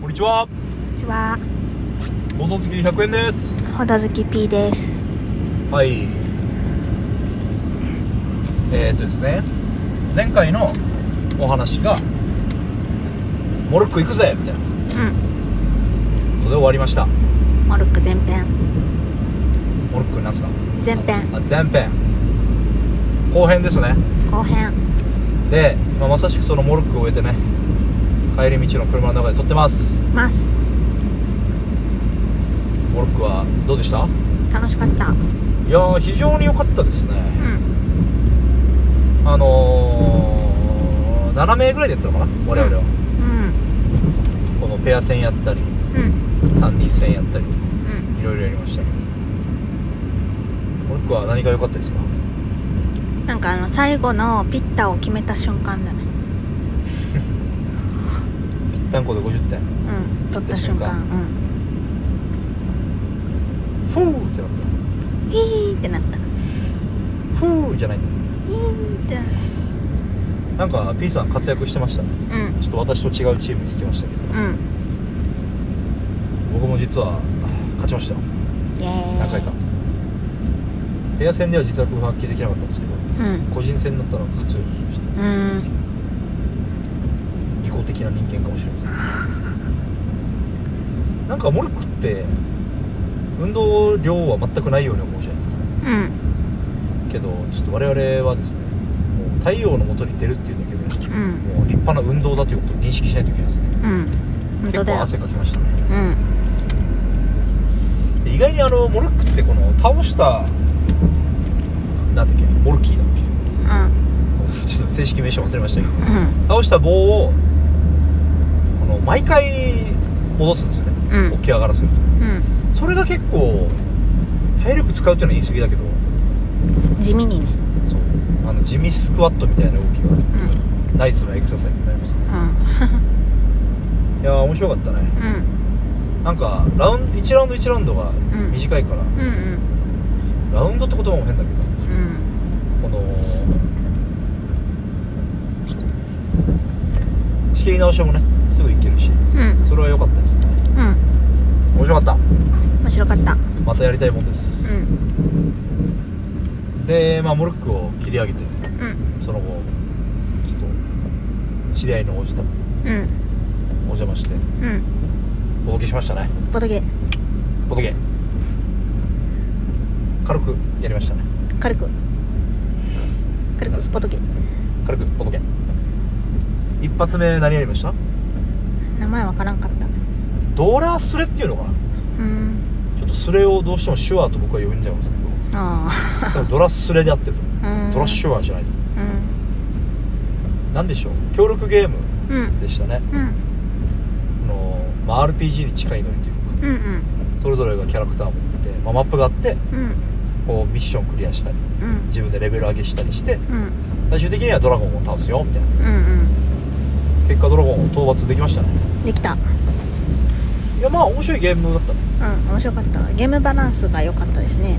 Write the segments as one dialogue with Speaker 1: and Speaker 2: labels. Speaker 1: こんにちは
Speaker 2: こんにちは
Speaker 1: ものづき100円です
Speaker 2: ほどずき P です
Speaker 1: はいえー、っとですね前回のお話がモルック行くぜみたいなこ
Speaker 2: う
Speaker 1: とで終わりました
Speaker 2: んモルック全編
Speaker 1: モルックなんすか
Speaker 2: 前編
Speaker 1: あ前編後編ですね
Speaker 2: 後編
Speaker 1: で今まさしくそのモルックを終えてね帰り道の車の中で撮ってます
Speaker 2: ます
Speaker 1: モルックはどうでした
Speaker 2: 楽しかったう
Speaker 1: いやー非常に良かったですね
Speaker 2: ん
Speaker 1: あのー、7名ぐらいでやったのかな我々は、
Speaker 2: うん
Speaker 1: このペア戦やったり
Speaker 2: うん
Speaker 1: 3人戦やったり
Speaker 2: うん
Speaker 1: いろいろやりましたけどモルックは何が良かったですか
Speaker 2: なんかあの最後のピッタを決めた瞬間だね
Speaker 1: ぴったんこで50点
Speaker 2: うん取った瞬間
Speaker 1: 取フーってなっ
Speaker 2: うんヒーってなったヒ
Speaker 1: たフーじゃないんだ
Speaker 2: ーってなっ
Speaker 1: なんか P さん活躍してましたね
Speaker 2: たうん
Speaker 1: ちょっと私と違うチームに行きましたけど
Speaker 2: うん
Speaker 1: 僕も実は勝ちましたよ
Speaker 2: イエーイ
Speaker 1: 何回かペア戦では実力を発揮できなかったんですけど
Speaker 2: うん
Speaker 1: 個人戦だったら勝つようになりました
Speaker 2: うん
Speaker 1: 利己的な人間かもしれません なんかモルックって運動量は全くないように思うじゃないですか
Speaker 2: うん
Speaker 1: けどちょっと我々はですねもう太陽のもとに出るっていうだけで
Speaker 2: うん
Speaker 1: もう立派な運動だということを認識しないといけないですね
Speaker 2: うん本当
Speaker 1: 結
Speaker 2: だ
Speaker 1: 構
Speaker 2: よ
Speaker 1: 汗かきましたね
Speaker 2: うん
Speaker 1: で意外にあのモルックってこの倒したなんだっけモルキーだっけ
Speaker 2: うん
Speaker 1: ちょっと正式名称忘れましたけど
Speaker 2: うん
Speaker 1: 倒した棒をこの毎回戻すんですよね、
Speaker 2: うん
Speaker 1: 起き上がらせると
Speaker 2: うん
Speaker 1: それが結構体力使うっていうのは言い過ぎだけど
Speaker 2: 地味にね
Speaker 1: そうあの地味スクワットみたいな動きが
Speaker 2: うん
Speaker 1: ナイスなエクササイズになりましたねいやー面白かったね
Speaker 2: うんうん
Speaker 1: なんかラウンド1ラウンド1ラウンドが
Speaker 2: ん
Speaker 1: 短いから、
Speaker 2: うん
Speaker 1: ラウンドって言葉も変だけ
Speaker 2: う
Speaker 1: ど
Speaker 2: ん
Speaker 1: この仕切り直しもねすぐいけるし
Speaker 2: うん
Speaker 1: それは良かったですね
Speaker 2: うん
Speaker 1: 面白かった
Speaker 2: 面白かったう
Speaker 1: またやりたいもんです、
Speaker 2: ん
Speaker 1: でまあモルックを切り上げて
Speaker 2: うん
Speaker 1: その後ちょっと知り合いのおじと
Speaker 2: うん
Speaker 1: お邪魔して
Speaker 2: うん
Speaker 1: お届けしましたね
Speaker 2: ボトゲ
Speaker 1: お届け軽くやりましたね
Speaker 2: 軽く軽くボトゲ
Speaker 1: 軽くお届け一発目何やりました
Speaker 2: 名前わからんかった
Speaker 1: ドーラースレっていうのかな
Speaker 2: うん
Speaker 1: ちょっとスレをどうしてもシュアーと僕は呼んじゃうんですけど
Speaker 2: ああ
Speaker 1: 多分ドラスレであってると
Speaker 2: うん
Speaker 1: ドラシュアーじゃないと
Speaker 2: うん
Speaker 1: 何でしょう協力ゲーム
Speaker 2: うん
Speaker 1: でしたね
Speaker 2: うん
Speaker 1: あの、まあ、RPG に近いノリというか
Speaker 2: うんうん
Speaker 1: それぞれがキャラクターを持ってて、まあ、マップがあって
Speaker 2: うん
Speaker 1: こうミッションクリアしたり
Speaker 2: うん
Speaker 1: 自分でレベル上げしたりして
Speaker 2: うん
Speaker 1: 最終的にはドラゴンを倒すよみたいな
Speaker 2: うん
Speaker 1: 結果ドラゴンを討伐できましたね
Speaker 2: うんできたう
Speaker 1: いやまあ面白いゲームだったね
Speaker 2: ん面白かったゲームバランスが良かったですね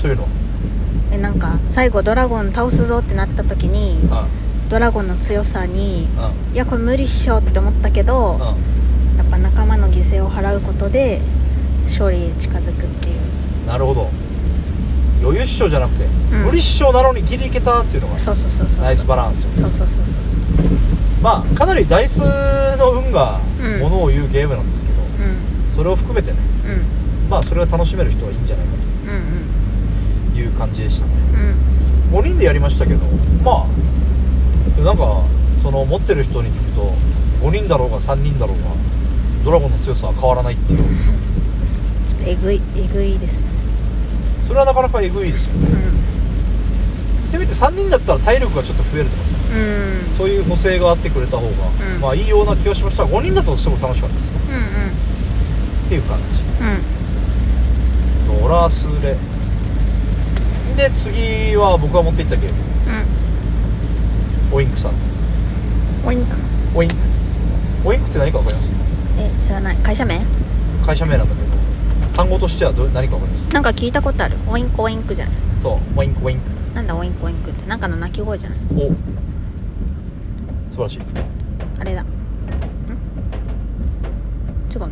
Speaker 1: というの
Speaker 2: えなんか最後ドラゴン倒すぞってなった時に
Speaker 1: は
Speaker 2: ドラゴンの強さに
Speaker 1: うん
Speaker 2: いやこれ無理っしょって思ったけど、
Speaker 1: うんう
Speaker 2: やっぱ仲間の犠牲を払うことで勝利へ近づくっていうん
Speaker 1: なるほど余裕っしょじゃなくて、
Speaker 2: ん
Speaker 1: 無理っしょなのに切りいけたっていうのが
Speaker 2: そうそうそうそう
Speaker 1: ナイスバランスよ
Speaker 2: そうそうそうそうそう
Speaker 1: まあかなりダイスの運が
Speaker 2: うん
Speaker 1: ものを言うゲームなんですけど、
Speaker 2: うん
Speaker 1: それを含めてね
Speaker 2: うん
Speaker 1: まあそれを楽しめる人はいいんじゃないか
Speaker 2: うん
Speaker 1: という感じでしたね
Speaker 2: うん
Speaker 1: 5人でやりましたけどまあなんかその持ってる人に聞くと5人だろうが3人だろうがドラゴンの強さは変わらないっていう
Speaker 2: ちょっとえぐいえぐいですね
Speaker 1: それはなかなかえぐいですよね
Speaker 2: う
Speaker 1: せめて3人だったら体力がちょっと増えるとかさ
Speaker 2: んうん
Speaker 1: そういう補正があってくれた方が、
Speaker 2: うん
Speaker 1: まあいいような気がしましたが5人だとすごい楽しかったです
Speaker 2: うん
Speaker 1: っていう感じ
Speaker 2: う
Speaker 1: ドラスレで次は僕が持っていったゲーム
Speaker 2: んうん
Speaker 1: オインクさん
Speaker 2: うんおいんか
Speaker 1: オインクオインクって何か分かります
Speaker 2: え知らない会社名
Speaker 1: 会社名なんだけど単語としてはど何か分かります
Speaker 2: なんか聞いたことあるおいんこおいんくじゃない
Speaker 1: そうオインクオインク
Speaker 2: なんだおいんこおいんくってなんかの鳴き声じゃない
Speaker 1: お素晴らしい
Speaker 2: あれだ違うの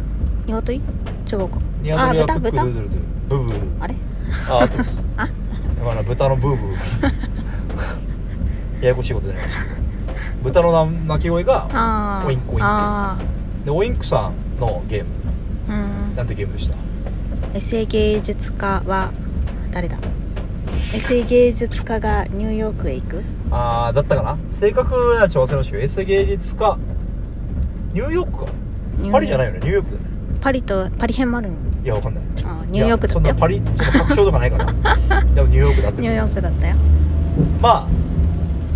Speaker 2: 鶏違うか
Speaker 1: ニワトリ
Speaker 2: あ
Speaker 1: はクック
Speaker 2: 豚
Speaker 1: ドゥ
Speaker 2: 豚
Speaker 1: ードゥルドゥルブーブー
Speaker 2: あれ
Speaker 1: ああとです
Speaker 2: あ
Speaker 1: だから豚のブー ブーややこしいことになりました豚のな鳴き声が
Speaker 2: あー
Speaker 1: オインクオインク
Speaker 2: あ
Speaker 1: でオインクさんのゲーム
Speaker 2: ーうん
Speaker 1: なんてゲームでした
Speaker 2: エセ芸術家は誰だエセ芸術家がニューヨークへ行く
Speaker 1: あーだったかな正確なちょっと忘れましたけどエセ芸術家ニューヨークか
Speaker 2: ニューヨーク
Speaker 1: パリじゃないよねニューヨークだよね
Speaker 2: パリとパリ編もあるの
Speaker 1: いやわかんない
Speaker 2: あーニューヨーク
Speaker 1: いや
Speaker 2: だ
Speaker 1: そ
Speaker 2: っ
Speaker 1: んな
Speaker 2: たよ
Speaker 1: パリその確証とかないから でもニューヨークだって
Speaker 2: ニューヨークだったよ
Speaker 1: まあ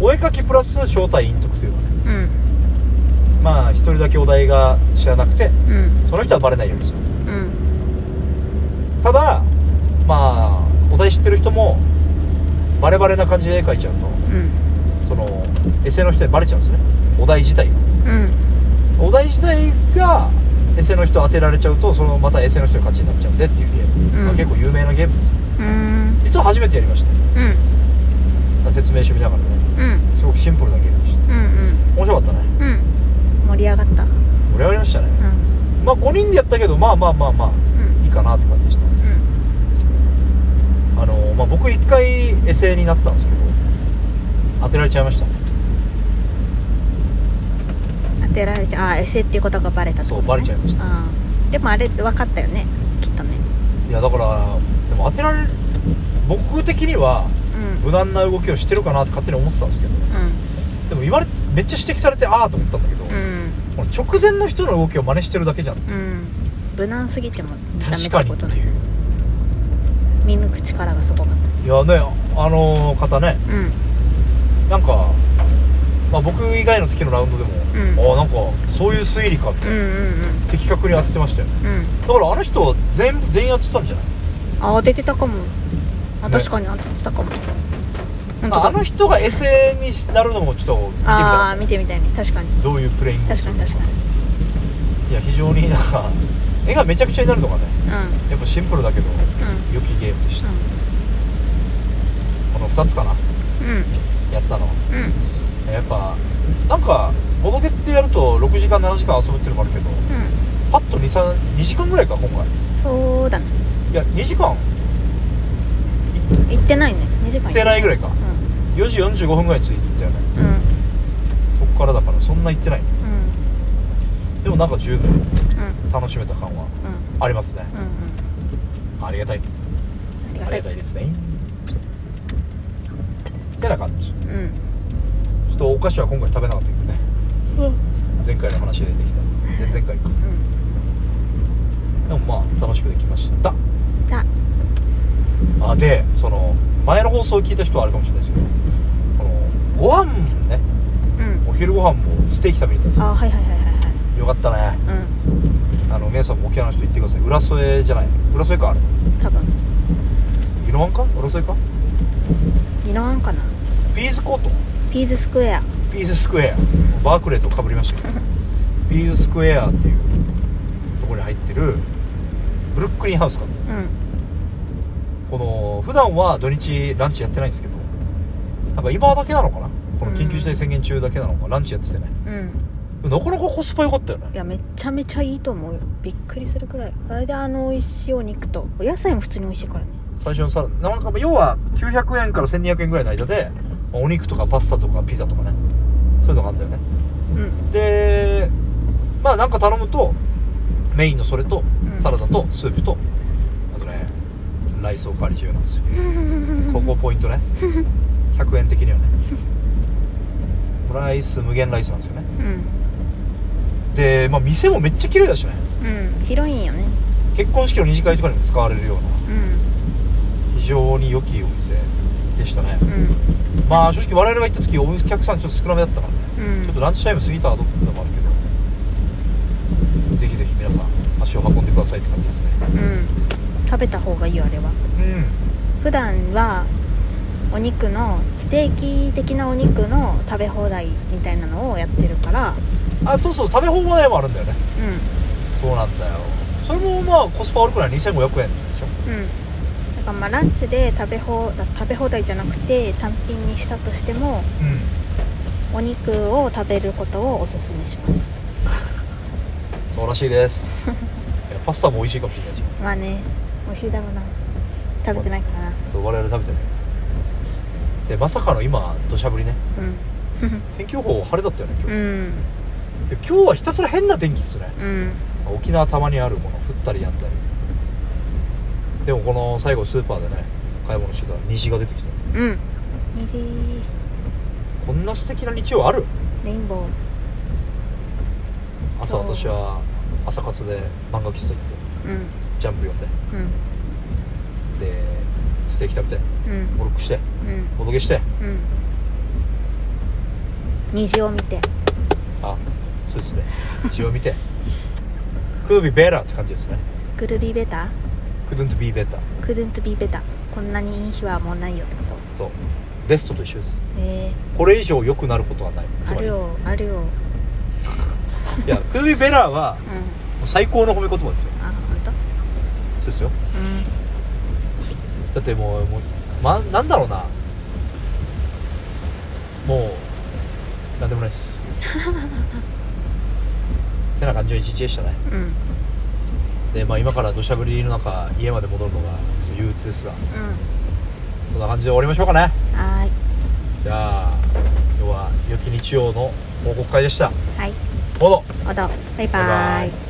Speaker 1: お絵描きプラス招待隠匿というかね
Speaker 2: うん
Speaker 1: まあ一人だけお題が知らなくて
Speaker 2: うん
Speaker 1: その人はバレないようにする
Speaker 2: うん
Speaker 1: ただまあお題知ってる人もバレバレな感じで絵描いちゃうと
Speaker 2: うん
Speaker 1: そのエセの人にバレちゃうんですねお題自体が
Speaker 2: うん
Speaker 1: お題自体がエセの人当てられちゃうとそのまたエセの人の勝ちになっちゃうんでっていうゲーム、
Speaker 2: うん
Speaker 1: まあ、結構有名なゲームですね
Speaker 2: うん
Speaker 1: 実は初めてやりました
Speaker 2: うん
Speaker 1: 説明書見ながらね
Speaker 2: うん
Speaker 1: すごくシンプルなゲームでした
Speaker 2: うん
Speaker 1: 面白かったね
Speaker 2: うんうん盛り上がったうん
Speaker 1: 盛り上がりましたねまあ5人でやったけどまあまあまあまあ
Speaker 2: うん
Speaker 1: いいかなって感じでした
Speaker 2: うん
Speaker 1: あのまあ僕1回エセになったんですけど当てられちゃいましたね
Speaker 2: 当てられちゃうあーエセっていうことがバレたってこと、ね、
Speaker 1: そうバレちゃいました
Speaker 2: あーでもあれ分かったよねきっとね
Speaker 1: いやだからでも当てられる僕的には
Speaker 2: うん
Speaker 1: 無難な動きをしてるかなって勝手に思ってたんですけどでも言われめっちゃ指摘されてああと思ったんだけど、
Speaker 2: うん
Speaker 1: この直前の人の動きを真似してるだけじゃん
Speaker 2: うんうん無難すぎてもダメ
Speaker 1: 確
Speaker 2: っ
Speaker 1: か
Speaker 2: て
Speaker 1: に
Speaker 2: こ
Speaker 1: って
Speaker 2: とね
Speaker 1: いう
Speaker 2: 見抜く力がすごかっ
Speaker 1: いやねあの方ね
Speaker 2: たうん
Speaker 1: なんか、まあ、僕以外の時のラウンドでも、
Speaker 2: う
Speaker 1: ああなんかそういう推理かって
Speaker 2: うんうん
Speaker 1: 的確に当ててましたよね
Speaker 2: うんうん
Speaker 1: だからあの人は全部全員当ててたんじゃない
Speaker 2: あ当ててたかもあ
Speaker 1: ね
Speaker 2: 確かに当ててたかも、本当
Speaker 1: あ
Speaker 2: だ
Speaker 1: あの人がエセになるのもちょっと見てみた
Speaker 2: あ
Speaker 1: ら
Speaker 2: あ見てみたいね確かに
Speaker 1: どういうプレイングを
Speaker 2: 確
Speaker 1: す
Speaker 2: か
Speaker 1: る
Speaker 2: に
Speaker 1: の
Speaker 2: 確かに
Speaker 1: いや非常になんか絵がめちゃくちゃになるのがね
Speaker 2: うんうん
Speaker 1: やっぱシンプルだけど良きゲームでした、この2つかな
Speaker 2: うん
Speaker 1: やったのは
Speaker 2: うんうん
Speaker 1: やっぱなんかボドゲってやると6時間7時間遊ぶっていうのもあるけど
Speaker 2: う
Speaker 1: パッと2時間ぐらいか今回
Speaker 2: んそうだね
Speaker 1: いや2時間
Speaker 2: 行ってないね2時間
Speaker 1: いってないぐらいか
Speaker 2: う
Speaker 1: 4時45分ぐらいついてたよね
Speaker 2: んうん
Speaker 1: そっからだからそんな行ってない
Speaker 2: うん
Speaker 1: でもなんか十分
Speaker 2: うん
Speaker 1: 楽しめた感は
Speaker 2: うん
Speaker 1: ありますね
Speaker 2: うんうん
Speaker 1: ありがたい
Speaker 2: ありが
Speaker 1: あ
Speaker 2: た
Speaker 1: り
Speaker 2: い
Speaker 1: がたいですねてな感じちょ
Speaker 2: うん
Speaker 1: っとお菓子は今回食べなかったけどね前回の話でできた前々回か
Speaker 2: うん
Speaker 1: でもまあ楽しくできました
Speaker 2: だ
Speaker 1: あでその前の放送を聞いた人はあるかもしれないですけどこのご飯もね
Speaker 2: うん
Speaker 1: お昼ご飯もステーキ食べに行ったん
Speaker 2: あはいはいはいはいはい
Speaker 1: ですよよかったね
Speaker 2: う
Speaker 1: あの皆さんも沖縄の人行ってください浦添じゃない浦添かあれ
Speaker 2: ん多分
Speaker 1: 宜野湾か浦添か
Speaker 2: 宜野湾かな
Speaker 1: ピーズコート
Speaker 2: ピーズスクエア
Speaker 1: ピーズスクエアバークレーとかぶりましたけどピーズスクエアっていうところに入ってるブルックリンハウスか
Speaker 2: うん
Speaker 1: この普段は土日ランチやってないんですけどなんか今だけなのかなこの緊急事態宣言中だけなのかランチやっててね
Speaker 2: うん
Speaker 1: なかなかコスパ良かったよ
Speaker 2: い
Speaker 1: ね
Speaker 2: やめちゃめちゃいいと思うよびっくりするくらいそれであの美味しいお肉とお野菜も普通に美味しいからね
Speaker 1: 最初のサラダなんかまあ要は900円から1200円ぐらいの間でまあお肉とかパスタとかピザとかねそういうのがあったよね
Speaker 2: うん
Speaker 1: でまあなんか頼むとメインのそれと
Speaker 2: うん
Speaker 1: サラダとスープとあとねライスおかわり自由なんですよここポイン トね100円的にはねライス無限ライスなんですよね
Speaker 2: うん
Speaker 1: で、まあ、店もめっちゃ綺麗だしね
Speaker 2: うん広いんよね
Speaker 1: 結婚式の二次会とかにも使われるような
Speaker 2: うん
Speaker 1: 非常に良きお店でしたね
Speaker 2: うん
Speaker 1: まあ正直我々が行った時お客さんちょっと少なめだったからね、
Speaker 2: うん
Speaker 1: ちょっとランチタイム過ぎた後って言ってたのもあるけどぜひぜひ皆さん足を運んでくださいって感じですね
Speaker 2: うん食べた方がいいよあれは普段はお肉のステーキ的なお肉の食べ放題みたいなのをやってるから
Speaker 1: うんあそうそう食べ放題もあるんだよね
Speaker 2: う
Speaker 1: そうなんだよそれもまあコスパ悪くない2500円でしょ
Speaker 2: んうんだからまあランチで食べ放食べ放題じゃなくて単品にしたとしても
Speaker 1: うん
Speaker 2: お肉を食べることをおすすめします
Speaker 1: そうらしいです いやパスタも美味しいかもしれないじゃ
Speaker 2: まあね美味しいだろうな食べてないからなん
Speaker 1: そう我々食べてねでまさかの今土砂降りね
Speaker 2: う
Speaker 1: 天気予報晴れだったよね今
Speaker 2: んうん
Speaker 1: 日、で今日はひたすら変な天気っすね
Speaker 2: うん
Speaker 1: 沖縄たまにあるもの降ったりやんだりでもこの最後スーパーでね買い物してたら虹が出てきた
Speaker 2: うん虹
Speaker 1: こんな素敵な日曜ある
Speaker 2: レインボー
Speaker 1: 朝
Speaker 2: そう
Speaker 1: 私は朝活で漫画喫茶行って
Speaker 2: うん
Speaker 1: ジャンプ読んで
Speaker 2: うん
Speaker 1: でステーキ食べて
Speaker 2: うん
Speaker 1: モルックして
Speaker 2: うん
Speaker 1: おどけして
Speaker 2: うん虹を見て
Speaker 1: あそうですね字を見て could be better って感じですね
Speaker 2: クルビベタ
Speaker 1: couldn't be better
Speaker 2: クルントビベタこんなにいい日はもうないよってこと
Speaker 1: そうベストと一緒です
Speaker 2: え
Speaker 1: これ以上良くなることはない
Speaker 2: ー、
Speaker 1: つ
Speaker 2: あ
Speaker 1: ま
Speaker 2: る
Speaker 1: りい
Speaker 2: よあるよ
Speaker 1: や could be better は
Speaker 2: うん
Speaker 1: もう最高の褒め言葉ですよ
Speaker 2: あ本当？
Speaker 1: そうですよ
Speaker 2: うん
Speaker 1: だってもうもう、ま、なんだろうなもうなんでもないです てな感じの一日でしたね
Speaker 2: うんうん
Speaker 1: でまあ今から土砂降りの中家まで戻るのがちょっと憂鬱ですがそんな感じで終わりましょうかね
Speaker 2: はーい
Speaker 1: じゃあ今日は良き日曜の報告会でした
Speaker 2: はい
Speaker 1: どうぞ
Speaker 2: おどバイバ
Speaker 1: バイバ
Speaker 2: イ
Speaker 1: イ